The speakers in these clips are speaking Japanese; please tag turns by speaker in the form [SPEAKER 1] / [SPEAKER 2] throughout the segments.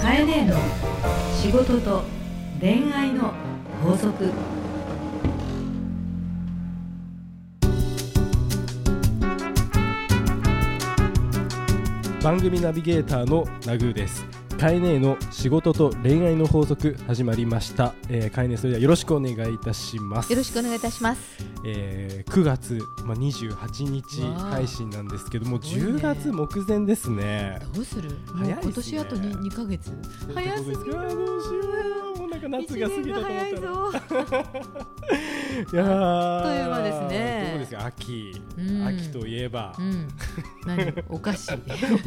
[SPEAKER 1] かえねえの仕事と恋愛の法則
[SPEAKER 2] 番組ナビゲーターのナグーですカエネの仕事と恋愛の法則始まりました、えー、カエネそれではよろしくお願いいたします
[SPEAKER 3] よろしくお願いいたします。
[SPEAKER 2] えー、9月、まあ、28日
[SPEAKER 3] わあ
[SPEAKER 2] 配信なんですけども
[SPEAKER 3] すごいね
[SPEAKER 2] 10月目前ですね
[SPEAKER 3] どうする？もう
[SPEAKER 2] 早いっすね
[SPEAKER 3] 今年あとに二ヶ月。早すぎる
[SPEAKER 2] ということですあーどうしようもうなんか夏が過ぎたと
[SPEAKER 3] 一年が
[SPEAKER 2] 思ったら
[SPEAKER 3] 早いぞ。
[SPEAKER 2] いやー
[SPEAKER 3] あっという間ですね
[SPEAKER 2] どうですか秋、
[SPEAKER 3] うん
[SPEAKER 2] 秋といえば
[SPEAKER 3] う、ん。何？お菓 子。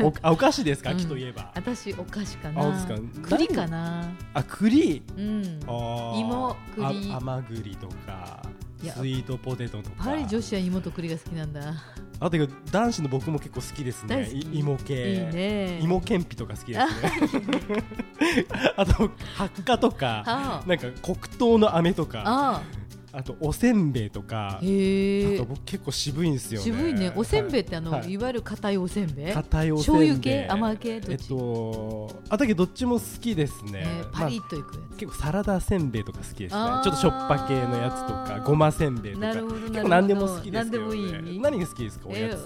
[SPEAKER 2] おあお菓子ですか、
[SPEAKER 3] うん
[SPEAKER 2] 秋といえば
[SPEAKER 3] 私お菓子か
[SPEAKER 2] あそう
[SPEAKER 3] な。
[SPEAKER 2] ですか
[SPEAKER 3] 栗かな。
[SPEAKER 2] あ栗
[SPEAKER 3] うん。
[SPEAKER 2] あー
[SPEAKER 3] 芋栗
[SPEAKER 2] あ甘栗とか
[SPEAKER 3] いや
[SPEAKER 2] スイートポテトとか
[SPEAKER 3] パリ女子は芋と栗が好きなんだ。
[SPEAKER 2] あと男子の僕も結構好きです
[SPEAKER 3] 大
[SPEAKER 2] ね
[SPEAKER 3] 好き
[SPEAKER 2] い芋系
[SPEAKER 3] いいね。
[SPEAKER 2] 芋けんぴとか好きですね あと発火とか
[SPEAKER 3] あ
[SPEAKER 2] なんか黒糖の飴とかあ
[SPEAKER 3] あ。
[SPEAKER 2] とおせんべいとかあ
[SPEAKER 3] へえ
[SPEAKER 2] と。僕結構渋いんですよね
[SPEAKER 3] 渋いね。おせんべいってあの、、
[SPEAKER 2] はい
[SPEAKER 3] わゆる硬いおせんべい。
[SPEAKER 2] 硬いおせん
[SPEAKER 3] 醤
[SPEAKER 2] べい
[SPEAKER 3] 油系甘い系ど
[SPEAKER 2] え
[SPEAKER 3] っ
[SPEAKER 2] っ
[SPEAKER 3] ち？
[SPEAKER 2] とあだけどどっちも好きですね、
[SPEAKER 3] ね
[SPEAKER 2] ま
[SPEAKER 3] パ
[SPEAKER 2] あ
[SPEAKER 3] リッといくやつ。
[SPEAKER 2] 結構サラダせんべいとか好きですね
[SPEAKER 3] あー
[SPEAKER 2] ちょっとしょっぱ系のやつとかごませんべいとか
[SPEAKER 3] なるほどなるほど
[SPEAKER 2] 結構何でも好きですけど、
[SPEAKER 3] 何で
[SPEAKER 2] ね、
[SPEAKER 3] もいい
[SPEAKER 2] 何が好きですかおやつ、はい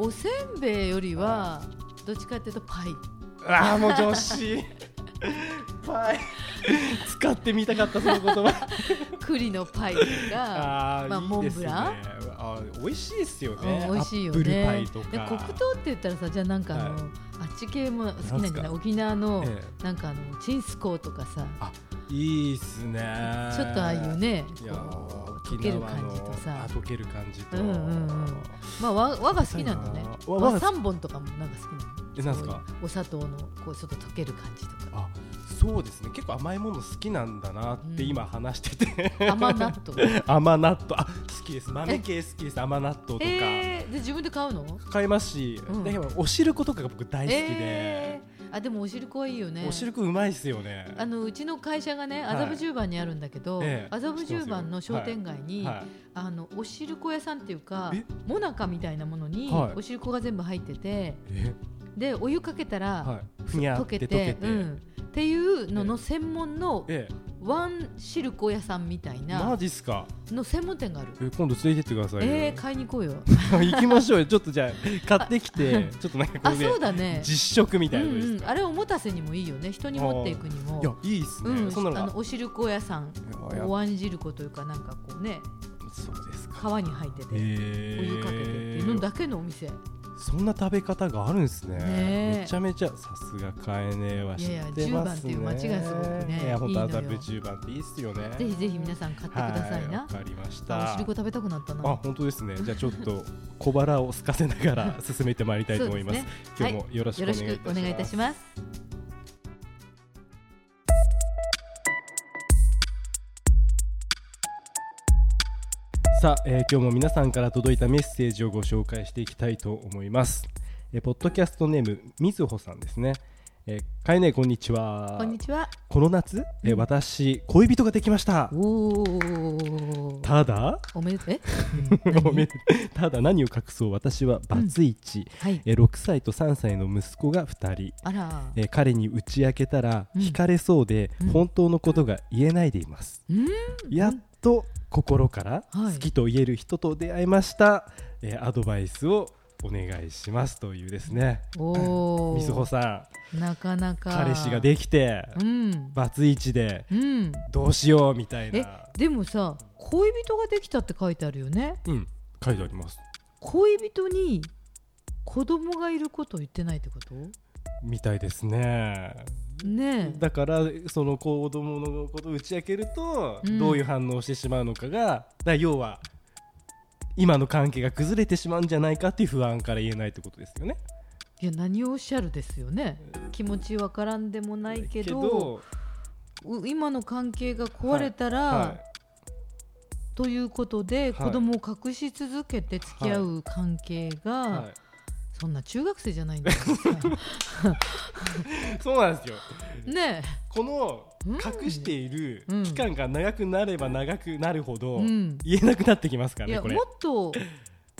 [SPEAKER 3] おせんべいよりはどっちかっていうとパイ。
[SPEAKER 2] ああもう女子パイ使ってみたかったその言 葉
[SPEAKER 3] 栗のパイとか。
[SPEAKER 2] あー、
[SPEAKER 3] まあ
[SPEAKER 2] いいです
[SPEAKER 3] モンブ
[SPEAKER 2] ね
[SPEAKER 3] ラン
[SPEAKER 2] あー美味しいですよ
[SPEAKER 3] うん
[SPEAKER 2] ね
[SPEAKER 3] 美味しいよ
[SPEAKER 2] アップルパ
[SPEAKER 3] ね
[SPEAKER 2] イと
[SPEAKER 3] で
[SPEAKER 2] か
[SPEAKER 3] 黒糖って言ったらさじゃあなんかあの、
[SPEAKER 2] はい
[SPEAKER 3] あっち系も好きなんじゃ
[SPEAKER 2] なんす
[SPEAKER 3] ない
[SPEAKER 2] か
[SPEAKER 3] 沖縄の、
[SPEAKER 2] え
[SPEAKER 3] なんかあのチンスコーとかさ
[SPEAKER 2] えいいっすね
[SPEAKER 3] ちょっとああいうね
[SPEAKER 2] いや
[SPEAKER 3] こう
[SPEAKER 2] ー
[SPEAKER 3] 溶ける感じと
[SPEAKER 2] 沖縄のあ
[SPEAKER 3] さ
[SPEAKER 2] 溶ける感じと、
[SPEAKER 3] うんうんうんまあ和和が好きなんだね
[SPEAKER 2] わ
[SPEAKER 3] 和
[SPEAKER 2] わが
[SPEAKER 3] 3本とかもなんか好きなの
[SPEAKER 2] えなんす
[SPEAKER 3] そ
[SPEAKER 2] か
[SPEAKER 3] ういうお砂糖のこうちょっと溶ける感じ とか
[SPEAKER 2] あそうですね結構甘いもの好きなんだなって今話してて、
[SPEAKER 3] 甘納豆
[SPEAKER 2] 甘納豆あ好きです豆系好きです甘納豆とか、
[SPEAKER 3] えー、で自分で買うの
[SPEAKER 2] 買いますし、
[SPEAKER 3] うん
[SPEAKER 2] でもお汁粉とかが僕大好きで、
[SPEAKER 3] えー、あでもお汁粉はいいよね
[SPEAKER 2] お汁粉うまいですよね
[SPEAKER 3] あのうちの会社がね麻布十番にあるんだけど
[SPEAKER 2] ええ
[SPEAKER 3] 麻布十番の
[SPEAKER 2] 知って
[SPEAKER 3] 商
[SPEAKER 2] ますよ
[SPEAKER 3] 店街に、
[SPEAKER 2] は
[SPEAKER 3] あのお汁粉屋さんっていうか
[SPEAKER 2] え
[SPEAKER 3] もなかみたいなものに
[SPEAKER 2] はい
[SPEAKER 3] お汁粉が全部入ってて、
[SPEAKER 2] いえ
[SPEAKER 3] でお湯かけたら、
[SPEAKER 2] はいふにゃ
[SPEAKER 3] 溶
[SPEAKER 2] って
[SPEAKER 3] け
[SPEAKER 2] 溶け
[SPEAKER 3] て
[SPEAKER 2] て、
[SPEAKER 3] うん、っていうのの
[SPEAKER 2] え
[SPEAKER 3] 専門の
[SPEAKER 2] ええ
[SPEAKER 3] ワン汁粉屋さんみたい
[SPEAKER 2] マ
[SPEAKER 3] な
[SPEAKER 2] ジっすか
[SPEAKER 3] の専門店がある。
[SPEAKER 2] え今度連れてってくださいよ、
[SPEAKER 3] えー、買いに行こうよ。
[SPEAKER 2] 行きましょうよちょっとじゃあ買ってきてちょっとなんかこ
[SPEAKER 3] あ、
[SPEAKER 2] れで
[SPEAKER 3] そうだね。
[SPEAKER 2] 実食み
[SPEAKER 3] う
[SPEAKER 2] たいなのです
[SPEAKER 3] んうん、
[SPEAKER 2] か、
[SPEAKER 3] あれおもたせにもいいよね。人に持っていくにも。
[SPEAKER 2] いやいいっす
[SPEAKER 3] う
[SPEAKER 2] ね、
[SPEAKER 3] ん、
[SPEAKER 2] そんなのが
[SPEAKER 3] あのお汁粉屋さん、
[SPEAKER 2] いや
[SPEAKER 3] おわん汁粉というかなんかこうね、
[SPEAKER 2] そうです
[SPEAKER 3] 皮
[SPEAKER 2] か
[SPEAKER 3] に入ってて、
[SPEAKER 2] え
[SPEAKER 3] お湯かけてっていうのだけのお店。
[SPEAKER 2] そんな食べ方があるんですね。
[SPEAKER 3] ねえ
[SPEAKER 2] めちゃめちゃさすがカエネは知ってますね。
[SPEAKER 3] いやいや10番っていう街がすごくね
[SPEAKER 2] いや本当
[SPEAKER 3] いい
[SPEAKER 2] ア
[SPEAKER 3] のよ
[SPEAKER 2] ザブ十番っていいっすよね。
[SPEAKER 3] ぜひぜひ皆さん買ってください
[SPEAKER 2] は
[SPEAKER 3] な。
[SPEAKER 2] わかりまし
[SPEAKER 3] あお
[SPEAKER 2] た。
[SPEAKER 3] 汁粉食べたくなったな。
[SPEAKER 2] あ本当ですね。じゃあちょっと小腹を空かせながら 進めてまいりたいと思います。
[SPEAKER 3] そうで
[SPEAKER 2] 今日もよろしく
[SPEAKER 3] よ
[SPEAKER 2] お願
[SPEAKER 3] ろ
[SPEAKER 2] い
[SPEAKER 3] しくお願い
[SPEAKER 2] い
[SPEAKER 3] い
[SPEAKER 2] た
[SPEAKER 3] た
[SPEAKER 2] し
[SPEAKER 3] し
[SPEAKER 2] ます。
[SPEAKER 3] ます。
[SPEAKER 2] さあ、えー今日も皆さんから届いたメッセージをご紹介していきたいと思います。えーポッドキャストネームみずほさんですね。えー、カエネこんにちは。
[SPEAKER 3] こんにちは。
[SPEAKER 2] この夏、えー私恋人ができました。
[SPEAKER 3] おお。
[SPEAKER 2] た だ
[SPEAKER 3] おめでとう。え
[SPEAKER 2] ごめん ただ何を隠そう私はバツイチ、
[SPEAKER 3] はい。
[SPEAKER 2] え6歳と3歳の息子が2人
[SPEAKER 3] あら。
[SPEAKER 2] え彼に打ち明けたら
[SPEAKER 3] うん
[SPEAKER 2] 惹かれそうで、
[SPEAKER 3] うん
[SPEAKER 2] 本当のことが言えないでいます、
[SPEAKER 3] うん。
[SPEAKER 2] やっと心から好
[SPEAKER 3] はい
[SPEAKER 2] きと言える人と出会いました、えアドバイスをお願いしますというですね
[SPEAKER 3] おお。
[SPEAKER 2] みずほさ
[SPEAKER 3] なかなか。
[SPEAKER 2] ん彼氏ができて
[SPEAKER 3] うん。
[SPEAKER 2] バツイチで
[SPEAKER 3] うん。
[SPEAKER 2] どうしようみたい
[SPEAKER 3] え
[SPEAKER 2] な、
[SPEAKER 3] でもさ、恋人ができたって書いてあるよね。
[SPEAKER 2] うん、書いてあります
[SPEAKER 3] 恋人に子供がいることを言ってないってこと？
[SPEAKER 2] みたいですね
[SPEAKER 3] ねえ。
[SPEAKER 2] だからその子供のことを打ち明けると、
[SPEAKER 3] うん
[SPEAKER 2] どういう反応をしてしまうのかがだから要は今の関係が崩れてしまうんじゃないかっていう不安から言えないってことですよね。
[SPEAKER 3] いや何をおっしゃるですよね。気持ちわからんでもないけど、う今の関係が壊れたら。
[SPEAKER 2] は
[SPEAKER 3] ということで、
[SPEAKER 2] い
[SPEAKER 3] 子供を隠し続けて付き合う関係が、
[SPEAKER 2] いは
[SPEAKER 3] そんな中学生じゃないんだから さ
[SPEAKER 2] い、そうなんですよ
[SPEAKER 3] ね
[SPEAKER 2] この
[SPEAKER 3] うん
[SPEAKER 2] 隠している
[SPEAKER 3] うん
[SPEAKER 2] 期間が長くなれば長くなるほ
[SPEAKER 3] え、
[SPEAKER 2] ど、
[SPEAKER 3] うん、
[SPEAKER 2] 言えなくなってきますか
[SPEAKER 3] い
[SPEAKER 2] らね
[SPEAKER 3] や
[SPEAKER 2] これ
[SPEAKER 3] もっ。と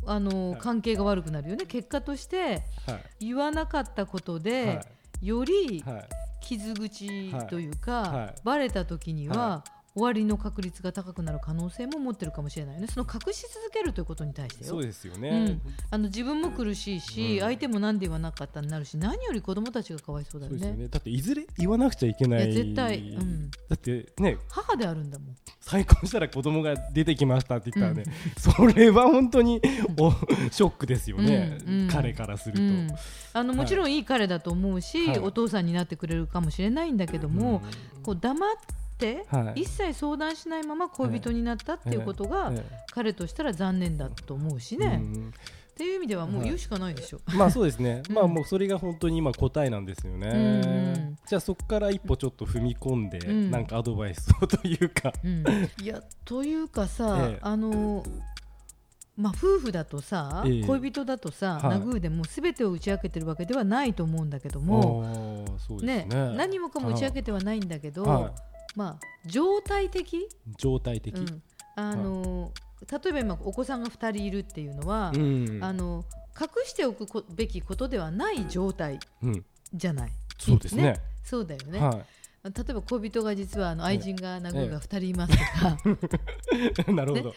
[SPEAKER 3] あの、
[SPEAKER 2] はい
[SPEAKER 3] 関係が悪くなるよね結果として
[SPEAKER 2] はい
[SPEAKER 3] 言わなかったことで、
[SPEAKER 2] は
[SPEAKER 3] より
[SPEAKER 2] いはい、
[SPEAKER 3] 傷口
[SPEAKER 2] はい
[SPEAKER 3] というか、
[SPEAKER 2] はい
[SPEAKER 3] バレた時には、
[SPEAKER 2] は
[SPEAKER 3] 終わりの確率が高くなる可能性も持ってるかもしれないよねその隠し続けるということに対してよ
[SPEAKER 2] そうですよね、
[SPEAKER 3] うんあの自分も苦しいし、
[SPEAKER 2] うん
[SPEAKER 3] 相手もなんで言わなかったになるし何より子供たちがかわいそうだ
[SPEAKER 2] そ
[SPEAKER 3] よ
[SPEAKER 2] うですよ
[SPEAKER 3] ね
[SPEAKER 2] ねだっていずれ言わなくちゃいけない
[SPEAKER 3] いや絶対うん
[SPEAKER 2] だってね
[SPEAKER 3] 母であるんだもん
[SPEAKER 2] 再婚したら子供が出てきましたって言ったらね、それは本当におショックですよね、
[SPEAKER 3] うんうん
[SPEAKER 2] 彼からする
[SPEAKER 3] う
[SPEAKER 2] と、
[SPEAKER 3] ん、あのもちろんいい彼だと思うし、
[SPEAKER 2] はい
[SPEAKER 3] お父さんになってくれるかもしれないんだけども、こう黙って、
[SPEAKER 2] はい
[SPEAKER 3] 一切相談しないまま恋人になったっていうことが、
[SPEAKER 2] え
[SPEAKER 3] 彼としたら残念だと思うし
[SPEAKER 2] え
[SPEAKER 3] ね、っ
[SPEAKER 2] うん
[SPEAKER 3] ていう意味ではもう言うしかないでしょ、
[SPEAKER 2] まあそうですね、
[SPEAKER 3] うん
[SPEAKER 2] まあもうそれが本当に今答えなんですよね、
[SPEAKER 3] うんうん
[SPEAKER 2] じゃあそこから一歩ちょっと踏み込んで、
[SPEAKER 3] うん
[SPEAKER 2] なんかアドバイスをというか、
[SPEAKER 3] うん、いやというかさ、
[SPEAKER 2] ええ
[SPEAKER 3] あのまあ、夫婦だとさ、
[SPEAKER 2] ええ
[SPEAKER 3] 恋人だとさ、
[SPEAKER 2] はい
[SPEAKER 3] ナグーでもう全てを打ち明けてるわけではないと思うんだけども、
[SPEAKER 2] もうそうですね
[SPEAKER 3] ね何もかも打ち明けてはないんだけど、
[SPEAKER 2] は
[SPEAKER 3] まあ、状態的、
[SPEAKER 2] い、状態的、
[SPEAKER 3] うんあの例えば今お子さんが2人いるっていうのは、
[SPEAKER 2] うん
[SPEAKER 3] あの隠しておくこべきことではない状態
[SPEAKER 2] うん
[SPEAKER 3] じゃない。
[SPEAKER 2] そうですね
[SPEAKER 3] そうだよね、
[SPEAKER 2] は
[SPEAKER 3] 例えば恋人が実はあの
[SPEAKER 2] ええ
[SPEAKER 3] 愛人が名古屋が2人いますとか、
[SPEAKER 2] い なるほど、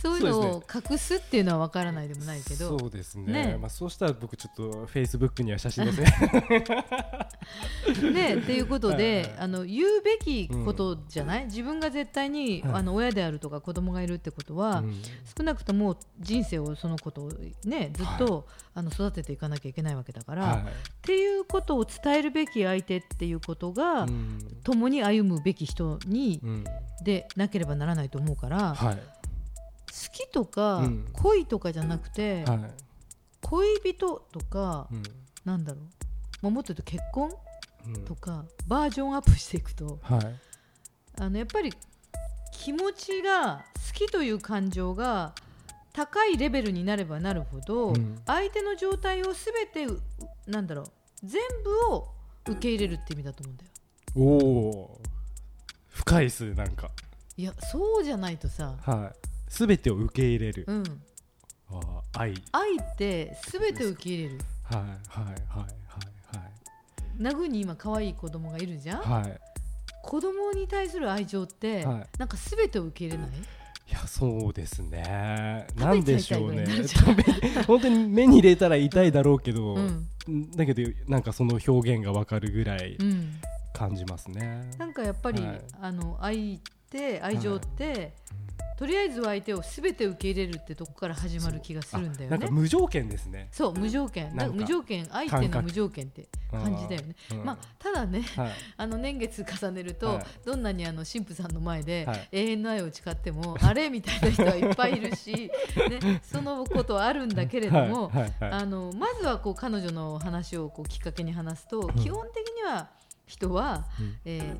[SPEAKER 3] そういうのを隠すっていうのは分からないでもないけど、
[SPEAKER 2] そうですね
[SPEAKER 3] ね
[SPEAKER 2] まあ、そうしたら僕ちょっとフェイスブックには写真ですね
[SPEAKER 3] ねっていうことで、
[SPEAKER 2] はいはい
[SPEAKER 3] あの言うべきことじゃない、自分が絶対に、
[SPEAKER 2] はい
[SPEAKER 3] あの親であるとか子供がいるってことは、
[SPEAKER 2] うん
[SPEAKER 3] 少なくとも人生をそのことをねずっと、あの育てていかなきゃいけないわけだから、っ
[SPEAKER 2] は
[SPEAKER 3] ていうことを伝えるべき相手っていうことが、
[SPEAKER 2] い、うん
[SPEAKER 3] 共に歩むべき人に、
[SPEAKER 2] うん
[SPEAKER 3] でなければならないと思うから、好
[SPEAKER 2] はい
[SPEAKER 3] きとか、
[SPEAKER 2] うん
[SPEAKER 3] 恋とかじゃなくて、
[SPEAKER 2] はい
[SPEAKER 3] 恋人とか、
[SPEAKER 2] うん
[SPEAKER 3] なんだろう、まあ、もっと言うと結婚
[SPEAKER 2] うん
[SPEAKER 3] とかバージョンアップしていくと
[SPEAKER 2] はい
[SPEAKER 3] あのやっぱり気持ちが好きという感情が高いレベルになればなるほど、
[SPEAKER 2] うん
[SPEAKER 3] 相手の状態を全てうなんだろう全部を受け入れるって意味だと思うんだよ。
[SPEAKER 2] おお深いっすねなんか
[SPEAKER 3] いやそうじゃないとさ、
[SPEAKER 2] はい全てを受け入れる、
[SPEAKER 3] うん、
[SPEAKER 2] ああ愛
[SPEAKER 3] 愛って全て受け入れる。
[SPEAKER 2] はいはいはい
[SPEAKER 3] ナグに今可愛い子供がいるじゃん、
[SPEAKER 2] はいはいは
[SPEAKER 3] 子供に対する愛情って、
[SPEAKER 2] はい
[SPEAKER 3] なんか全てを受け入れない
[SPEAKER 2] いいやそうですね
[SPEAKER 3] 食べちゃいたい
[SPEAKER 2] なんでしょうね
[SPEAKER 3] ぐらいになるじゃん
[SPEAKER 2] 食べ 本当に目に入れたら痛いだろうけど、
[SPEAKER 3] うん
[SPEAKER 2] だけどなんかその表現がわかるぐらい
[SPEAKER 3] うん
[SPEAKER 2] 感じますね、
[SPEAKER 3] なんかやっぱり、
[SPEAKER 2] はい
[SPEAKER 3] あの愛って愛情って、とりあえずは相手を全て受け入れるってとこから始まる気がするんだよ
[SPEAKER 2] あなんか
[SPEAKER 3] ね。
[SPEAKER 2] 無条件ですね
[SPEAKER 3] そう無条件
[SPEAKER 2] な
[SPEAKER 3] なんん
[SPEAKER 2] か
[SPEAKER 3] か無条件相手
[SPEAKER 2] 感
[SPEAKER 3] の
[SPEAKER 2] 覚
[SPEAKER 3] 無条件って感じだよね。
[SPEAKER 2] うん
[SPEAKER 3] まあただね
[SPEAKER 2] はい
[SPEAKER 3] あの年月重ねると、
[SPEAKER 2] はい
[SPEAKER 3] どんなにあの神父さんの前で、
[SPEAKER 2] はい
[SPEAKER 3] 永遠の愛を誓っても あれみたいな人はいっぱいいる し、ね、そのことはあるんだけれども、
[SPEAKER 2] はいはいはい
[SPEAKER 3] あのまずはこう彼女の話をこうきっかけに話すと、
[SPEAKER 2] ん
[SPEAKER 3] 基本的には人は、
[SPEAKER 2] うん
[SPEAKER 3] えー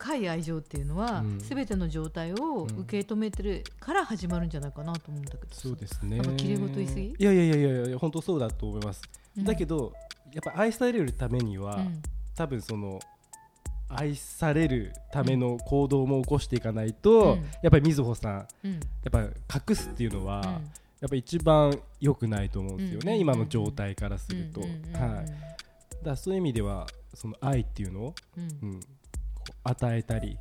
[SPEAKER 3] 深い愛情っていうのは、
[SPEAKER 2] うん
[SPEAKER 3] 全ての状態を受け止めてるから始まるんじゃないかなと思うんだけど
[SPEAKER 2] そうですね。
[SPEAKER 3] なんか綺麗事言い過ぎ
[SPEAKER 2] いやいやいやいやいや本当そうだと思います。
[SPEAKER 3] うん
[SPEAKER 2] だけどやっぱ愛されるためには、
[SPEAKER 3] うん
[SPEAKER 2] 多分その愛されるための行動も起こしていかないと、
[SPEAKER 3] うん
[SPEAKER 2] やっぱり水穂さんや
[SPEAKER 3] うん
[SPEAKER 2] っぱ隠すっていうのは、
[SPEAKER 3] うん
[SPEAKER 2] やっぱ一番良くないと思うんですよね、
[SPEAKER 3] うんうんうん
[SPEAKER 2] 今の状態からすると、
[SPEAKER 3] うんうんうん
[SPEAKER 2] はい。だからそういう意味ではその愛っていうのを、
[SPEAKER 3] うんうん
[SPEAKER 2] うん、こう与えたり。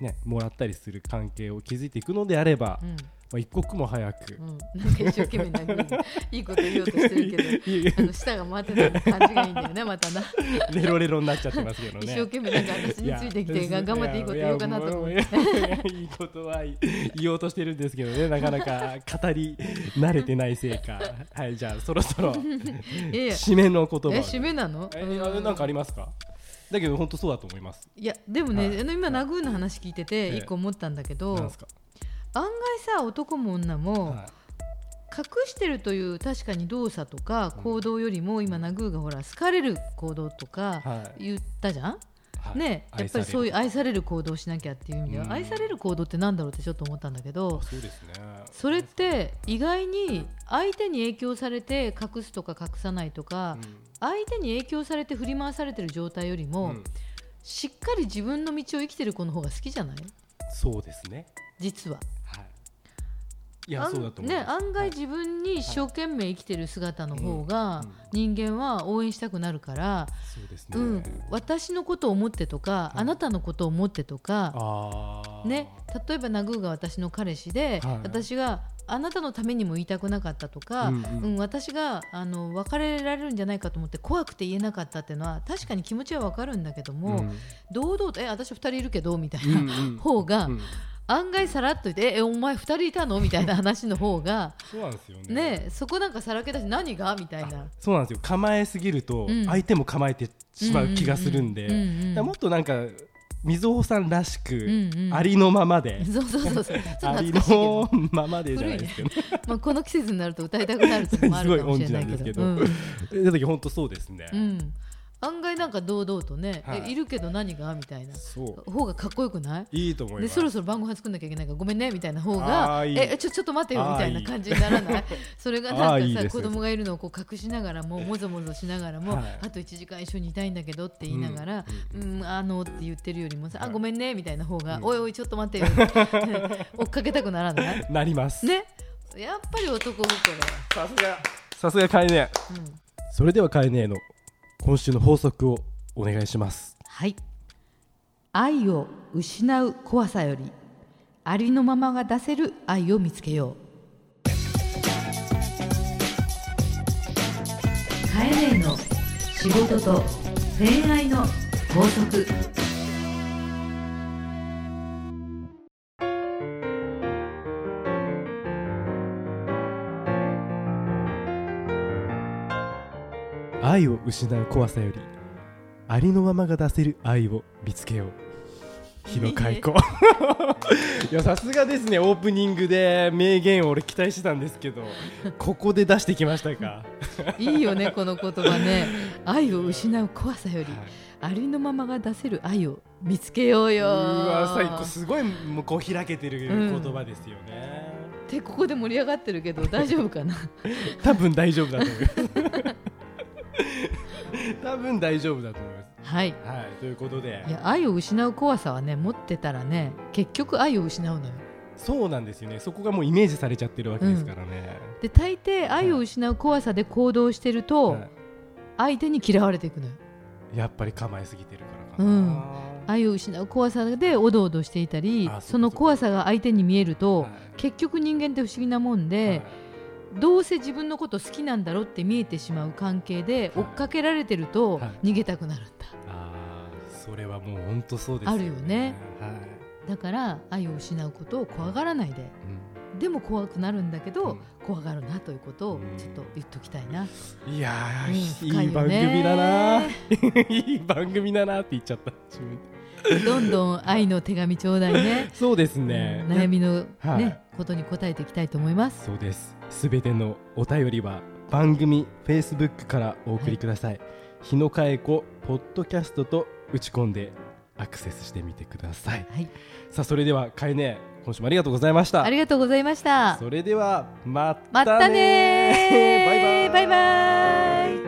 [SPEAKER 2] ね、もらったりする関係を築いていくのであれば、
[SPEAKER 3] うんうん
[SPEAKER 2] まあ、一刻も早く、
[SPEAKER 3] うんなんか一生懸命殴るいいこと言おうとしてる けど
[SPEAKER 2] いやいや
[SPEAKER 3] あの 舌が回ってない感じがいいんだよねまたな、
[SPEAKER 2] レロレロになっちゃってますけどね。
[SPEAKER 3] 一生懸命なんか私についてきてが頑張っていいこと言おうかなと思って
[SPEAKER 2] て。いやいやいいことは言おうとしてるんですけ どね、なかなか語り慣れてないせいか。はい、じゃあそろそろ
[SPEAKER 3] いやいや
[SPEAKER 2] 締めの言葉を。
[SPEAKER 3] え締めなの、
[SPEAKER 2] え
[SPEAKER 3] うん
[SPEAKER 2] なんかありますか。だけど本当そうだと思います。
[SPEAKER 3] いやでもね、
[SPEAKER 2] はい
[SPEAKER 3] あの今ナグーの話聞いて
[SPEAKER 2] ええ
[SPEAKER 3] て一個思ったんだけど、
[SPEAKER 2] なんですか。
[SPEAKER 3] 案外さ男も女も、
[SPEAKER 2] は
[SPEAKER 3] 隠してるという確かに動作とか行動よりも、今ナグーがほら好かれる行動とか
[SPEAKER 2] はい
[SPEAKER 3] 言ったじゃん、
[SPEAKER 2] い。
[SPEAKER 3] ねやっぱりそういう
[SPEAKER 2] 愛
[SPEAKER 3] 愛される行動をしなきゃっていう意味では、
[SPEAKER 2] うん
[SPEAKER 3] 愛される行動ってなんだろうってちょっと思ったんだけど
[SPEAKER 2] される。あそうですね。
[SPEAKER 3] それって意外に相手に影響されて隠すとか隠さないとか、相手に影響されて振り回されてる状態より
[SPEAKER 2] う
[SPEAKER 3] も、
[SPEAKER 2] ん、うん
[SPEAKER 3] しっかり自分の道を生きてる子の方が好きじゃない
[SPEAKER 2] そうですね。
[SPEAKER 3] 実は
[SPEAKER 2] はい。いや
[SPEAKER 3] あん
[SPEAKER 2] そうだと思い
[SPEAKER 3] ね、
[SPEAKER 2] ます
[SPEAKER 3] 案
[SPEAKER 2] は
[SPEAKER 3] 外
[SPEAKER 2] い
[SPEAKER 3] 自分に一生懸命生きてる姿の方
[SPEAKER 2] うん
[SPEAKER 3] が人間は応援したくなるから、
[SPEAKER 2] そうですね、
[SPEAKER 3] うん、私のことを思ってとか、
[SPEAKER 2] うん
[SPEAKER 3] あなたのことを思ってとか、
[SPEAKER 2] あー
[SPEAKER 3] ね、例えばナグーが私の彼氏で、
[SPEAKER 2] はい
[SPEAKER 3] 私があなたのためにも言いたくなかったとか、
[SPEAKER 2] う
[SPEAKER 3] うんん
[SPEAKER 2] うん
[SPEAKER 3] 私があの別れられるんじゃないかと思って怖くて言えなかったっていうのは確かに気持ちはわかるんだけども、
[SPEAKER 2] ん
[SPEAKER 3] 堂々と「え私2人いるけど」みたい
[SPEAKER 2] うん
[SPEAKER 3] な
[SPEAKER 2] うん
[SPEAKER 3] 方が、
[SPEAKER 2] うん
[SPEAKER 3] 案外さらっと言って「ええお前2人いたの?」みたいな話の方が。
[SPEAKER 2] そうなんですよね
[SPEAKER 3] ねえそこなんかさらけ出して何がみたいな
[SPEAKER 2] そうなんですよ構えすぎると
[SPEAKER 3] うん
[SPEAKER 2] 相手も構えてしまう気がするんで、
[SPEAKER 3] うんうんうんうん
[SPEAKER 2] だからもっとなんか水穂さんらしく、
[SPEAKER 3] んうん
[SPEAKER 2] ありのままで、
[SPEAKER 3] そうそうそう そうちょっと
[SPEAKER 2] あ
[SPEAKER 3] 懐
[SPEAKER 2] り
[SPEAKER 3] かしいけど
[SPEAKER 2] のままでじゃないですけど、ね、
[SPEAKER 3] まあこの季節になると歌いたくなるとこもあ
[SPEAKER 2] すご
[SPEAKER 3] る
[SPEAKER 2] い
[SPEAKER 3] かも
[SPEAKER 2] 音
[SPEAKER 3] し
[SPEAKER 2] 痴
[SPEAKER 3] れ
[SPEAKER 2] な
[SPEAKER 3] なんい
[SPEAKER 2] です
[SPEAKER 3] け
[SPEAKER 2] け
[SPEAKER 3] ど
[SPEAKER 2] ど、
[SPEAKER 3] うん
[SPEAKER 2] えだ時本当そうですね、
[SPEAKER 3] うん案外なんか堂々とね、
[SPEAKER 2] はい
[SPEAKER 3] えいるけど何がみたいな
[SPEAKER 2] そう
[SPEAKER 3] 方がかっこよくない
[SPEAKER 2] いいと思いま
[SPEAKER 3] ですそろそろ晩ご飯作んなきゃいけないからごめんねみたいな方が
[SPEAKER 2] あーいい
[SPEAKER 3] えちょちょっと待ってよみたい
[SPEAKER 2] あーい
[SPEAKER 3] ない感じにならない それがなんか
[SPEAKER 2] あ
[SPEAKER 3] さ
[SPEAKER 2] ーいいです
[SPEAKER 3] 子
[SPEAKER 2] よ
[SPEAKER 3] 供がいるのをこう隠しながらももぞもぞしながらも、
[SPEAKER 2] はい
[SPEAKER 3] あと1時間一緒にいたいんだけどって言いながら、
[SPEAKER 2] う
[SPEAKER 3] うんあのって言ってるよりもさ、
[SPEAKER 2] はい
[SPEAKER 3] あごめんねみたいな方が、
[SPEAKER 2] うん
[SPEAKER 3] おいおいちょっと待ってよ 追っかけたくならない
[SPEAKER 2] なります
[SPEAKER 3] ねやっぱり男心、
[SPEAKER 2] さすがさすがカエネ
[SPEAKER 3] うん、
[SPEAKER 2] それではカエネの今週の法則をお願いします
[SPEAKER 1] はい愛を失う怖さよりありのままが出せる愛を見つけようカエネの仕事と恋愛の法則
[SPEAKER 2] 愛を失う怖さよりありのままが出せる愛を見つけよう日野開子いやさすがですねオープニングで名言を俺期待してたんですけどここで出してきましたか
[SPEAKER 3] いいよねこの言 葉ね愛を失う怖さより、
[SPEAKER 2] はい
[SPEAKER 3] ありのままが出せる愛を見つけよう
[SPEAKER 2] う
[SPEAKER 3] よ
[SPEAKER 2] わ最高すごいもうこう開けてる言葉ですよね、
[SPEAKER 3] ってここで盛り上がってるけど大丈 夫かな
[SPEAKER 2] 多分大丈夫だと思います 多分大丈夫だと思います
[SPEAKER 3] はい
[SPEAKER 2] はいということで
[SPEAKER 3] いや愛を失う怖さはね持ってたらね結局愛を失うのよ
[SPEAKER 2] そうなんですよねそこがもうイメージされちゃってるわけですからね、
[SPEAKER 3] で大抵愛を失う怖さで行動してると、
[SPEAKER 2] はい
[SPEAKER 3] 相手に嫌われていくのよ
[SPEAKER 2] やっぱり構えすぎてるからかな、
[SPEAKER 3] うん
[SPEAKER 2] は
[SPEAKER 3] 愛を失う怖さでおどおどしていたり
[SPEAKER 2] あそうか
[SPEAKER 3] その怖さが相手に見える
[SPEAKER 2] い
[SPEAKER 3] と、
[SPEAKER 2] はい
[SPEAKER 3] 結局人間って不思議なもんで、どうせ自分のこと好きなんだろうって見えてしまう関係で追っかけられてると
[SPEAKER 2] はい
[SPEAKER 3] 逃げたくなるんだ、
[SPEAKER 2] あーそれはもう本当そうです
[SPEAKER 3] あるよね、
[SPEAKER 2] はい
[SPEAKER 3] だから愛を失うことを怖がらないででも怖くなるんだけど、
[SPEAKER 2] うん
[SPEAKER 3] 怖がるなということをちょっと言っときたいな、
[SPEAKER 2] うんいやー、
[SPEAKER 3] うん深い
[SPEAKER 2] いい
[SPEAKER 3] よ
[SPEAKER 2] 番
[SPEAKER 3] ね
[SPEAKER 2] 組だな いい番組だなって言っちゃった自分
[SPEAKER 3] どんどん愛の手紙ちょうだいね
[SPEAKER 2] そうです ね、
[SPEAKER 3] うん悩みの、ね
[SPEAKER 2] はい
[SPEAKER 3] ことに答えていきたいと思います
[SPEAKER 2] そうです。すべてのお便りは番組 Facebook からお送りください。日野佳恵子ポッドキャストと打ち込んでアクセスしてみてください。
[SPEAKER 3] はい、
[SPEAKER 2] さあそれではかえね今週もありがとうございました。
[SPEAKER 3] ありがとうございました
[SPEAKER 2] それではま
[SPEAKER 3] また
[SPEAKER 2] ね
[SPEAKER 3] ね
[SPEAKER 2] バイバイ。
[SPEAKER 3] バイバイ